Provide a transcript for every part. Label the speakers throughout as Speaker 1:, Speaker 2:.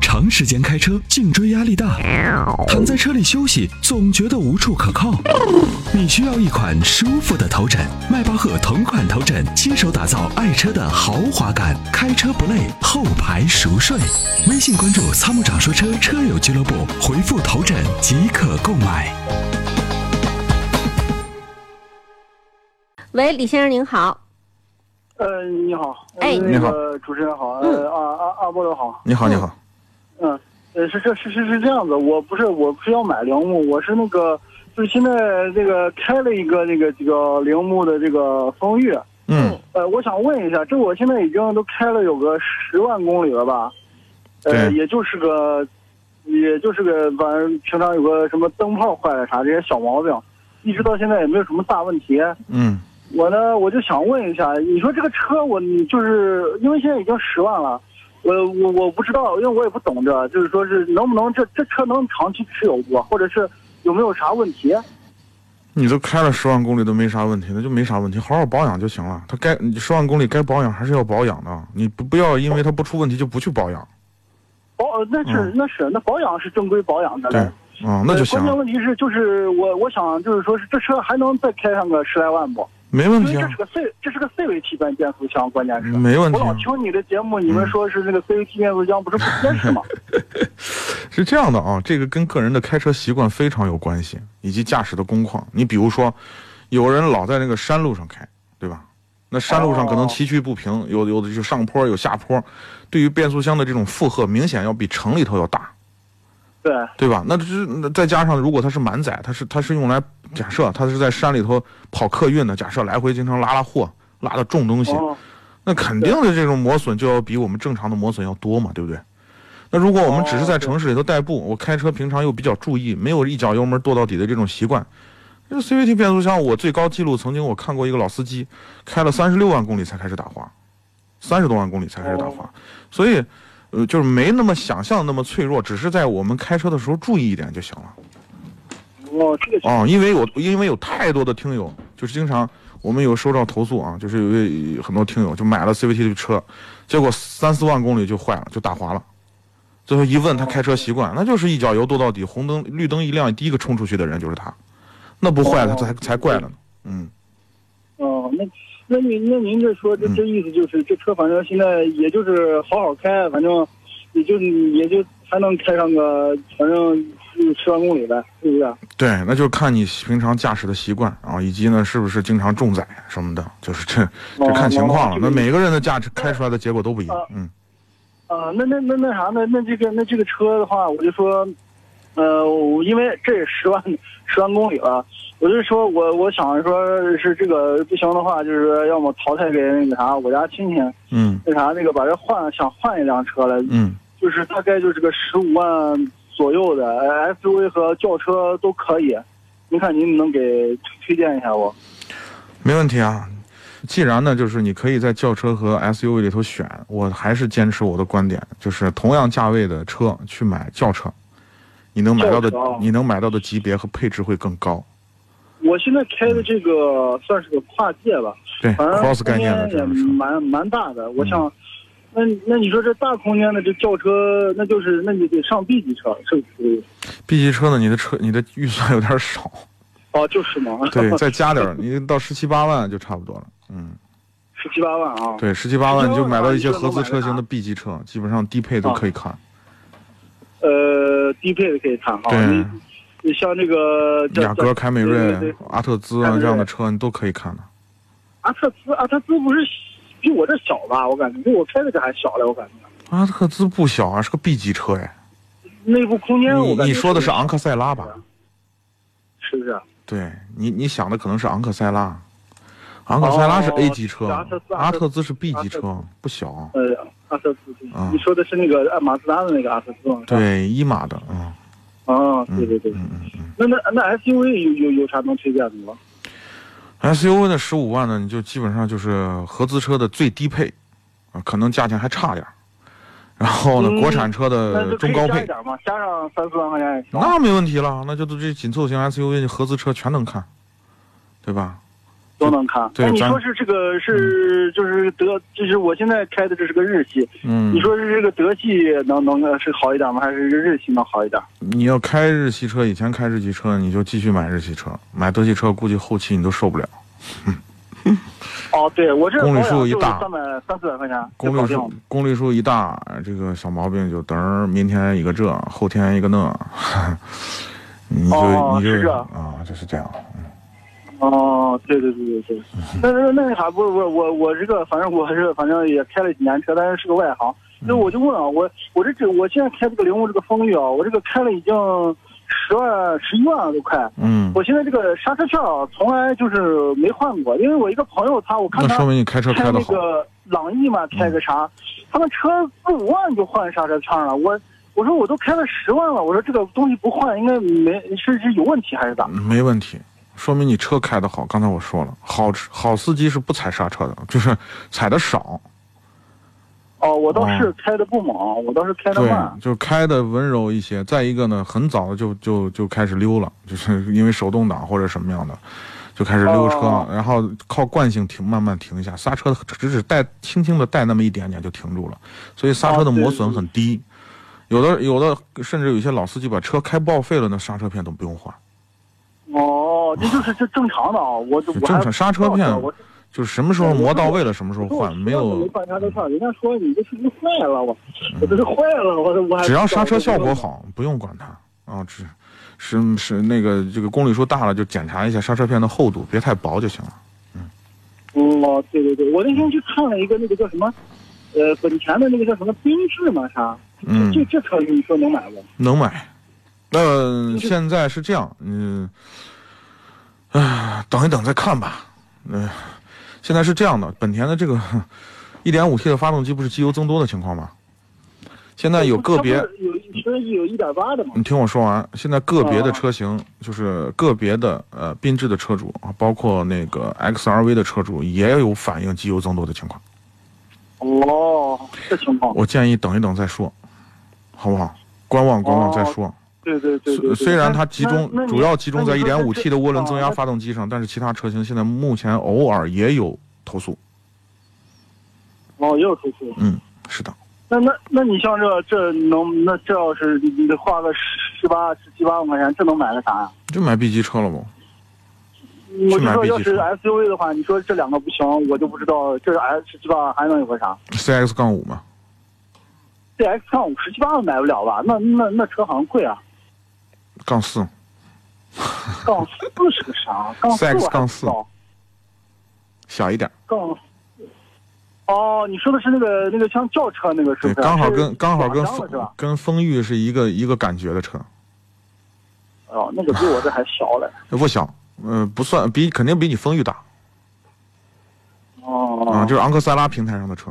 Speaker 1: 长时间开车，颈椎压力大，躺在车里休息总觉得无处可靠。你需要一款舒服的头枕，迈巴赫同款头枕，亲手打造爱车的豪华感，开车不累，后排熟睡。微信关注“参谋长说车”车友俱乐部，回复“头枕”即可购买。
Speaker 2: 喂，李先生您好，
Speaker 3: 呃，你好，
Speaker 2: 哎
Speaker 3: 呃
Speaker 4: 你
Speaker 3: 那
Speaker 4: 好
Speaker 3: 个主持人好，
Speaker 2: 嗯
Speaker 3: 呃，阿阿阿波罗好，
Speaker 4: 你好，你好，
Speaker 3: 嗯，呃，是这是是是这样子，我不是我不是要买铃木，我是那个就是现在这个开了一个那个这个铃木的这个风裕，
Speaker 4: 嗯，
Speaker 3: 呃，我想问一下，这我现在已经都开了有个十万公里了吧？呃，
Speaker 4: 对
Speaker 3: 也就是个，也就是个，反正平常有个什么灯泡坏了啥这些小毛病，一直到现在也没有什么大问题。
Speaker 4: 嗯，
Speaker 3: 我呢，我就想问一下，你说这个车我你就是因为现在已经十万了，我我我不知道，因为我也不懂这，就是说是能不能这这车能长期持有不，或者是有没有啥问题？
Speaker 4: 你都开了十万公里都没啥问题，那就没啥问题，好好保养就行了。它该你十万公里该保养还是要保养的，你不不要因为它不出问题就不去保养，
Speaker 3: 保呃那是
Speaker 4: 嗯
Speaker 3: 那是那保养是正规保养的
Speaker 4: 对
Speaker 3: 嘞。，
Speaker 4: 嗯，那就
Speaker 3: 呃
Speaker 4: 行
Speaker 3: 关键
Speaker 4: 了，
Speaker 3: 问题是，就是我我想就是说是这车还能再开上个十来万不？
Speaker 4: 没问
Speaker 3: 因为
Speaker 4: 题
Speaker 3: 这
Speaker 4: 啊
Speaker 3: 是，个 C 这是个 CVT 变变速箱，关键是。
Speaker 4: 没问
Speaker 3: 我
Speaker 4: 题啊、
Speaker 3: 老听你的节目，你
Speaker 4: 嗯
Speaker 3: 们说是那个 CVT 变速箱不是不结 实吗？
Speaker 4: 是这样的啊，这个跟个人的开车习惯非常有关系，以及驾驶的工况。你比如说，有人老在那个山路上开，对吧？那山路上可能
Speaker 3: 哦
Speaker 4: 崎岖不平，有的有的就上坡，有下坡，对于变速箱的这种负荷明显要比城里头要大，
Speaker 3: 对，
Speaker 4: 对吧？那这是那再加上如果它是满载，它是它是用来假设它是在山里头跑客运的，假设来回经常拉拉货，拉的重东西，
Speaker 3: 哦，
Speaker 4: 那肯定的，这种磨损就要比我们正常的磨损要多嘛，对不对？那如果我们只是在城市里头代步，我开车平常又比较注意，没有一脚油门跺到底的这种习惯，这 CVT 变速箱我最高记录曾经我看过一个老司机开了三十六万公里才开始打滑，三十多万公里才开始打滑，所以呃就是没那么想象的那么脆弱，只是在我们开车的时候注意一点就行了。
Speaker 3: 哦，这个行
Speaker 4: 哦，因为有因为有太多的听友，就是经常我们有收到投诉啊，就是有一位很多听友就买了 CVT 的车，结果三四万公里就坏了，就打滑了。最后一问他开车习惯，那就是一脚油跺到底，红灯绿灯一亮，第一个冲出去的人就是他，那不坏了
Speaker 3: 哦
Speaker 4: 他才才怪了呢。嗯，
Speaker 3: 哦，那那您那您这说这这意思就是这车反正现在也就是好好开，反正也就也就还能开上个反正十万公里呗，是不是？
Speaker 4: 对，那就看你平常驾驶的习惯啊，以及呢是不是经常重载什么的，就是这
Speaker 3: 哦
Speaker 4: 这看情况了
Speaker 3: 哦。
Speaker 4: 那每个人的驾驶开出来的结果都不一样
Speaker 3: 哦。
Speaker 4: 嗯，
Speaker 3: 啊、那那那那啥，那那这个那这个车的话，我就说，呃，我因为这也十万十万公里了，我就说我我想说是这个不行的话，就是要么淘汰给那个啥我家亲戚，
Speaker 4: 嗯
Speaker 3: 那啥那个把这换想换一辆车了，
Speaker 4: 嗯
Speaker 3: 就是大概就是个十五万左右的呃 SUV 和轿车都可以，您看您能给推荐一下我？
Speaker 4: 没问题啊。既然呢，就是你可以在轿车和 SUV 里头选，我还是坚持我的观点，就是同样价位的车去买轿车，你能买到的
Speaker 3: 轿车啊
Speaker 4: 你能买到的级别和配置会更高。
Speaker 3: 我现在开的这个算是个跨界吧，
Speaker 4: 对
Speaker 3: 反正
Speaker 4: ，cross 概
Speaker 3: 空
Speaker 4: 念的
Speaker 3: 间
Speaker 4: 这
Speaker 3: 也
Speaker 4: 种嗯车，
Speaker 3: 蛮蛮大的。我想，那那你说这大空间的这轿车，那就是那你得上 B 级车，是不是？
Speaker 4: B 级车呢，你的车你的预算有点 少，
Speaker 3: 哦，就是嘛，
Speaker 4: 对，再加点儿，你到十七八万就差不多了。嗯，
Speaker 3: 十七八万啊。
Speaker 4: 对，十七八万你就买到一些合资车
Speaker 3: 你
Speaker 4: 型
Speaker 3: 就能买
Speaker 4: 的
Speaker 3: 到
Speaker 4: B 级车，基本上低配都
Speaker 3: 啊
Speaker 4: 可以看。
Speaker 3: 呃，低配的可以看啊。
Speaker 4: 对，
Speaker 3: 你像这个叫
Speaker 4: 雅阁、凯美
Speaker 3: 对
Speaker 4: 瑞
Speaker 3: 对对、
Speaker 4: 阿特兹啊
Speaker 3: 凯美瑞
Speaker 4: 这样的车你都可以看的。
Speaker 3: 阿特兹，阿特啊兹不是比我这小吧？我感觉比我开的这还小嘞，我感觉。
Speaker 4: 阿特兹不小啊，是个 B 级车哎。
Speaker 3: 内部空间我感
Speaker 4: 你
Speaker 3: 觉
Speaker 4: 你说的是啊昂克赛拉吧？
Speaker 3: 是啊不是？
Speaker 4: 对你你想的可能是昂克赛拉，昂克赛拉是
Speaker 3: 哦
Speaker 4: A 级车，
Speaker 3: 阿特兹
Speaker 4: 阿
Speaker 3: 阿
Speaker 4: 特
Speaker 3: 特
Speaker 4: 兹是 B
Speaker 3: 阿
Speaker 4: 级
Speaker 3: 特兹
Speaker 4: 车，不小。
Speaker 3: 呃，阿特兹，对
Speaker 4: 啊
Speaker 3: 你说的是那个呃马自达的那个阿特兹吗？是吧。
Speaker 4: 对，一码的，嗯
Speaker 3: 啊，对对对。
Speaker 4: 嗯嗯嗯
Speaker 3: 那那那 SUV 有有有啥能推荐的吗？
Speaker 4: ，SUV 的十五万呢，你就基本上就是合资车的最低配，啊，可能价钱还差点儿。然后呢，
Speaker 3: 嗯
Speaker 4: 国产车
Speaker 3: 那
Speaker 4: 的
Speaker 3: 就可
Speaker 4: 呃中
Speaker 3: 以
Speaker 4: 高
Speaker 3: 加一
Speaker 4: 配，
Speaker 3: 点嘛，加上三四万块钱也行。
Speaker 4: 那没问题了，那就都这紧凑型 SUV 合资车全能看，对吧？
Speaker 3: 都能看。
Speaker 4: 对
Speaker 3: 那哎你
Speaker 4: 咱
Speaker 3: 说是这个是就是德，就是我现在开的这是个日系，
Speaker 4: 嗯
Speaker 3: 你，说是这个德系能能是好一点吗？还是日系能好一点？
Speaker 4: 你要开日系车，以前开日系车，你就继续买日系车，买德系车估计后期你都受不了。
Speaker 3: 哦，对我这
Speaker 4: 公
Speaker 3: 保
Speaker 4: 里
Speaker 3: 养
Speaker 4: 数一
Speaker 3: 就是
Speaker 4: 大
Speaker 3: 三百三四百块钱就
Speaker 4: 公
Speaker 3: 搞
Speaker 4: 里
Speaker 3: 定了
Speaker 4: 数。公里数一大，这个小毛病就嘚儿，明天一个这，后天一个那， 你就、
Speaker 3: 哦
Speaker 4: 你
Speaker 3: 是
Speaker 4: 就
Speaker 3: 这
Speaker 4: 啊，就是这样。
Speaker 3: 哦，对对对对对，
Speaker 4: 嗯
Speaker 3: 那那那那啥，不是不是我我这个，反正我是反正也开了几年车，但是是个外行。
Speaker 4: 嗯
Speaker 3: 那我就问啊，我我这这我现在开这个铃木这个风裕啊，我这个开了已经十万十一万了都快。
Speaker 4: 嗯，
Speaker 3: 我现在这个刹车片啊，从来就是没换过，因为我一个朋友他，我看
Speaker 4: 那
Speaker 3: 他
Speaker 4: 说明你开车
Speaker 3: 开
Speaker 4: 开的
Speaker 3: 那
Speaker 4: 好。
Speaker 3: 个朗逸嘛，开个啥，他们车四五万就换刹车片了，我。我说我都开了十万了，我说这个东西不换应该没是是有问题还是咋？
Speaker 4: 没问题，说明你车开得好。刚才我说了，好好司机是不踩刹车的，就是踩的少，
Speaker 3: 哦，我倒是开的不猛，我倒是开的
Speaker 4: 对
Speaker 3: 慢，。
Speaker 4: 就开的温柔一些。再一个呢，很早的就就就开始溜了，就是因为手动挡或者什么样的，就开始溜车，
Speaker 3: 哦
Speaker 4: 然后靠惯性停，慢慢停一下，刹车只是带轻轻的带那么一点点就停住了，所以刹车的
Speaker 3: 哦
Speaker 4: 磨损很低。有的有的甚至有些老司机把车开报废了，那刹车片都不用换，
Speaker 3: 哦，这就是这正常的啊，我
Speaker 4: 就
Speaker 3: 我
Speaker 4: 正
Speaker 3: 还
Speaker 4: 常刹车片
Speaker 3: 我
Speaker 4: 就是什么时候
Speaker 3: 对
Speaker 4: 磨
Speaker 3: 我
Speaker 4: 到位了，什么时候
Speaker 3: 我
Speaker 4: 换，没有嗯
Speaker 3: 没换刹车片，人家说你这是不是坏了？我我这是坏了，我我还
Speaker 4: 只要刹车效果，好，不用管它啊，只是是那个这个公里数大了，就检查一下刹车片的厚度，别太薄就行了。
Speaker 3: 嗯哦，对对对，我那天去看了一个那个叫什么，呃，本田的那个叫什么缤智嘛啥，
Speaker 4: 嗯
Speaker 3: 这这车你说能买不？
Speaker 4: 能买。呃，
Speaker 3: 是
Speaker 4: 现在是这样，嗯，啊，等一等再看吧。嗯、现在是这样的，本田的这个 1.5T 的发动机不是机油增多的情况吗？现在有个别
Speaker 3: 它不是有一车有一点八的嘛？
Speaker 4: 你听我说完，现在个别的
Speaker 3: 哦
Speaker 4: 车型，就是个别的呃缤智的车主啊，包括那个 XRV 的车主，也有反映机油增多的情况。
Speaker 3: 哦，这情况，
Speaker 4: 我建议等一等再说，好不好？观望观望再说。
Speaker 3: 对对哦对对
Speaker 4: 虽
Speaker 3: 对。
Speaker 4: 虽然它
Speaker 3: 那
Speaker 4: 集中
Speaker 3: 那那你
Speaker 4: 主要集中在
Speaker 3: 那你说这
Speaker 4: 1.5T 的涡轮增压
Speaker 3: 哦
Speaker 4: 发动机上，但是其他车型现在目前偶尔也有投诉。
Speaker 3: 哦，又出去了。
Speaker 4: 嗯，是的，
Speaker 3: 那那那你像这这能那这要是你得花个十十八十七八万块钱，这能买个啥呀、
Speaker 4: 就买 B 级车了不？
Speaker 3: 我就
Speaker 4: 买
Speaker 3: 说，
Speaker 4: B 级
Speaker 3: 要是
Speaker 4: 车
Speaker 3: SUV 的话，你说这两个不行，我就不知道这 S 十七八还能有个啥。
Speaker 4: CX 杠五嘛，
Speaker 3: 这 X 杠五十七八万买不了吧？那那那车好像贵啊，
Speaker 4: 杠四，
Speaker 3: 杠四是个啥？杠四
Speaker 4: 4X
Speaker 3: 我还
Speaker 4: 杠
Speaker 3: 不
Speaker 4: 四
Speaker 3: 知道。
Speaker 4: 小一点，
Speaker 3: 杠四。哦，你说的是那个那个像轿车那个是不是？
Speaker 4: 对，刚好跟
Speaker 3: 是
Speaker 4: 刚好跟
Speaker 3: 两厢的是吧
Speaker 4: 风？跟风裕是一个一个感觉的车。
Speaker 3: 哦，那个比我这还小嘞。
Speaker 4: 不小，呃，不算比肯定比你风裕大
Speaker 3: 哦
Speaker 4: 啊、就是昂克赛拉平台上的车，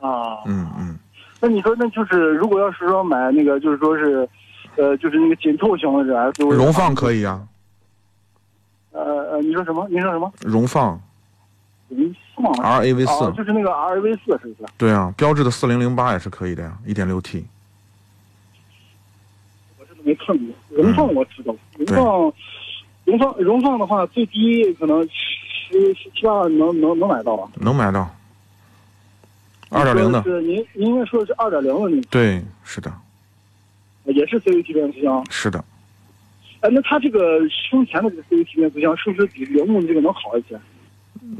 Speaker 3: 啊。
Speaker 4: 嗯嗯，
Speaker 3: 那你说，那就是如果要是说买那个，就是说是，呃，就是那个紧凑型的这 SUV，
Speaker 4: 荣放可
Speaker 3: 以。
Speaker 4: 以啊，
Speaker 3: 呃呃，你说什么？你说什么？
Speaker 4: 荣放
Speaker 3: 荣放
Speaker 4: RAV
Speaker 3: 哦，
Speaker 4: 四，
Speaker 3: 就是那个 RV 四，是不是？
Speaker 4: 对啊，标致的四零零八也是可以的呀，一点六 T，
Speaker 3: 我这都没碰过。
Speaker 4: 嗯
Speaker 3: 荣放我知道，荣放，荣放，荣放的话，最低可能十十七八万能能能买到吧？
Speaker 4: 能买到，二点零的，
Speaker 3: 是您您应该说的是二点零的那
Speaker 4: 对，是的，
Speaker 3: 个，也是 CVT 变速箱。
Speaker 4: 是的，
Speaker 3: 哎，那它这个胸前的这个 CVT 变速箱是不是比铃木这个能好一些？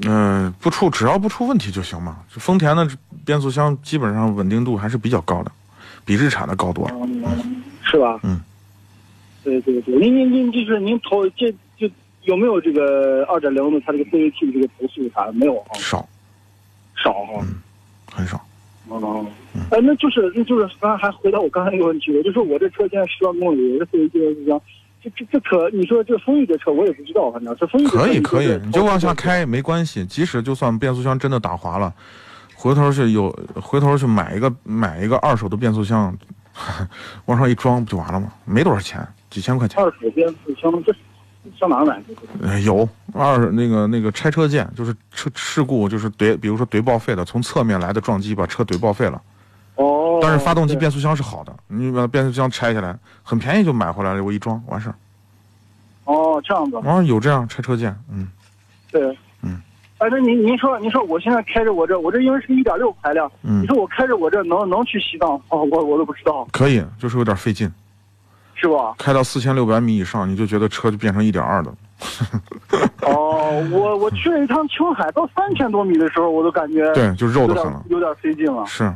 Speaker 4: 嗯、不出只要不出问题就行嘛，这丰田的变速箱基本上稳定度还是比较高的，比日产的高多了，
Speaker 3: 嗯，是吧？
Speaker 4: 嗯，
Speaker 3: 对对对，您您您就是您投这就有没有这个二点零的它这个 CVT 这个投诉啥的没有啊？
Speaker 4: 少，
Speaker 3: 少哈、
Speaker 4: 很少，
Speaker 3: 哦，哎，那就是那就是刚才还回答我刚才那个问题，我就说我这车现在十万公里，我这 CVT 变速箱，这这这车，你说这风裕这车我也不知道，反正这风裕这车
Speaker 4: 可以
Speaker 3: 你说
Speaker 4: 可
Speaker 3: 这
Speaker 4: 以，你就往下开没关系。即使就算变速箱真的打滑了，回头去有回头去买一个买一个二手的变速箱， 往上一装不就完了吗？没多少钱，几千块钱。
Speaker 3: 二手变速箱这上哪儿买？
Speaker 4: 呃有二那个那个拆车件，就是车事故，就是怼，比如说怼报废的，从侧面来的撞击把车怼报废了。
Speaker 3: 哦，
Speaker 4: 但是发动机
Speaker 3: 对
Speaker 4: 变速箱是好的，你把变速箱拆下来，很便宜就买回来了，我一装完事儿。
Speaker 3: 哦，这样子，
Speaker 4: 啊，有这样拆车件，嗯，
Speaker 3: 对，
Speaker 4: 嗯。
Speaker 3: 哎，那您您说您说我现在开着我这我这因为是一点六排量，
Speaker 4: 嗯
Speaker 3: 你说我开着我这能能去西藏哦，我我都不知道，
Speaker 4: 可以，就是有点费劲，
Speaker 3: 是吧？
Speaker 4: 开到四千六百米以上，你就觉得车就变成一点二的了。
Speaker 3: 哦，我我去了一趟青海，到三千多米的时候，我都感觉
Speaker 4: 对，就肉
Speaker 3: 有
Speaker 4: 的很
Speaker 3: 点
Speaker 4: 了。
Speaker 3: 有点费劲了。
Speaker 4: 是，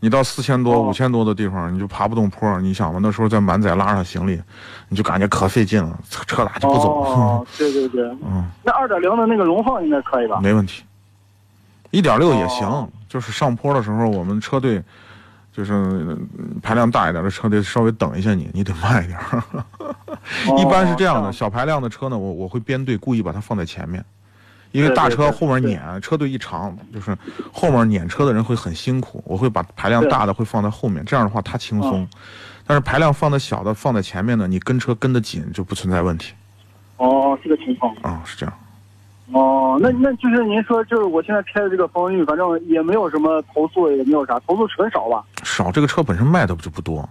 Speaker 4: 你到四千多、
Speaker 3: 哦
Speaker 4: 五千多的地方，你就爬不动坡，你想吧，那时候再满载拉上行李，你就感觉可费劲了，车车打就不走了。
Speaker 3: 哦，对对对，
Speaker 4: 嗯，
Speaker 3: 那二点零的那个荣放应该可以吧？
Speaker 4: 没问题，一点六也行，
Speaker 3: 哦
Speaker 4: 就是上坡的时候，我们车队就是嗯排量大一点的车队稍微等一下你，你得慢一点。一般是这样的，
Speaker 3: 哦
Speaker 4: 小排量的车呢，我我会编队故意把它放在前面，因为
Speaker 3: 对
Speaker 4: 大
Speaker 3: 对
Speaker 4: 车
Speaker 3: 对
Speaker 4: 后面
Speaker 3: 对
Speaker 4: 撵，车队一长，就是后面撵车的人会很辛苦，我会把排量
Speaker 3: 对哦
Speaker 4: 大的会放在后面，这样的话它轻松。但是排量放的小的放在前面呢，你跟车跟得紧就不存在问题
Speaker 3: 哦，这个情况。
Speaker 4: 啊、是这样。
Speaker 3: 哦，那那就是您说，就是我现在开的这个风域，反正也没有什么投诉，也没有啥，投诉很少吧？
Speaker 4: 少这个车本身卖的不就不多，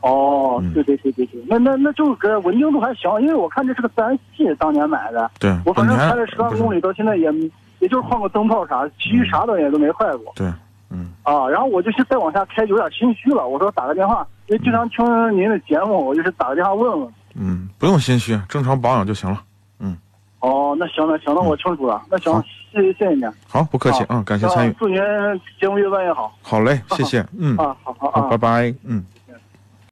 Speaker 3: 哦，
Speaker 4: 嗯
Speaker 3: 对对对对对，那那那就是跟稳定度还行，因为我看这是个自然系，当年买的，
Speaker 4: 对，
Speaker 3: 我反正
Speaker 4: 哦你还
Speaker 3: 开了十万
Speaker 4: 不是
Speaker 3: 公里，到现在也也就是换个灯泡啥，其余啥的也都没坏过
Speaker 4: 对，嗯，
Speaker 3: 啊。然后我就是再往下开，有点心虚了，我说打个电话，因为经常听您的节目，我就是打个电话问问。
Speaker 4: 嗯，不用心虚，正常保养就行了。
Speaker 3: 哦，那行了行了，我清楚了，那行
Speaker 4: 好，
Speaker 3: 谢谢谢谢您，
Speaker 4: 好，不客气啊、感谢参
Speaker 3: 啊
Speaker 4: 与。
Speaker 3: 祝您节目越办越好
Speaker 4: 好嘞，谢谢，嗯，
Speaker 3: 啊，好好啊
Speaker 4: 好，。拜拜，嗯。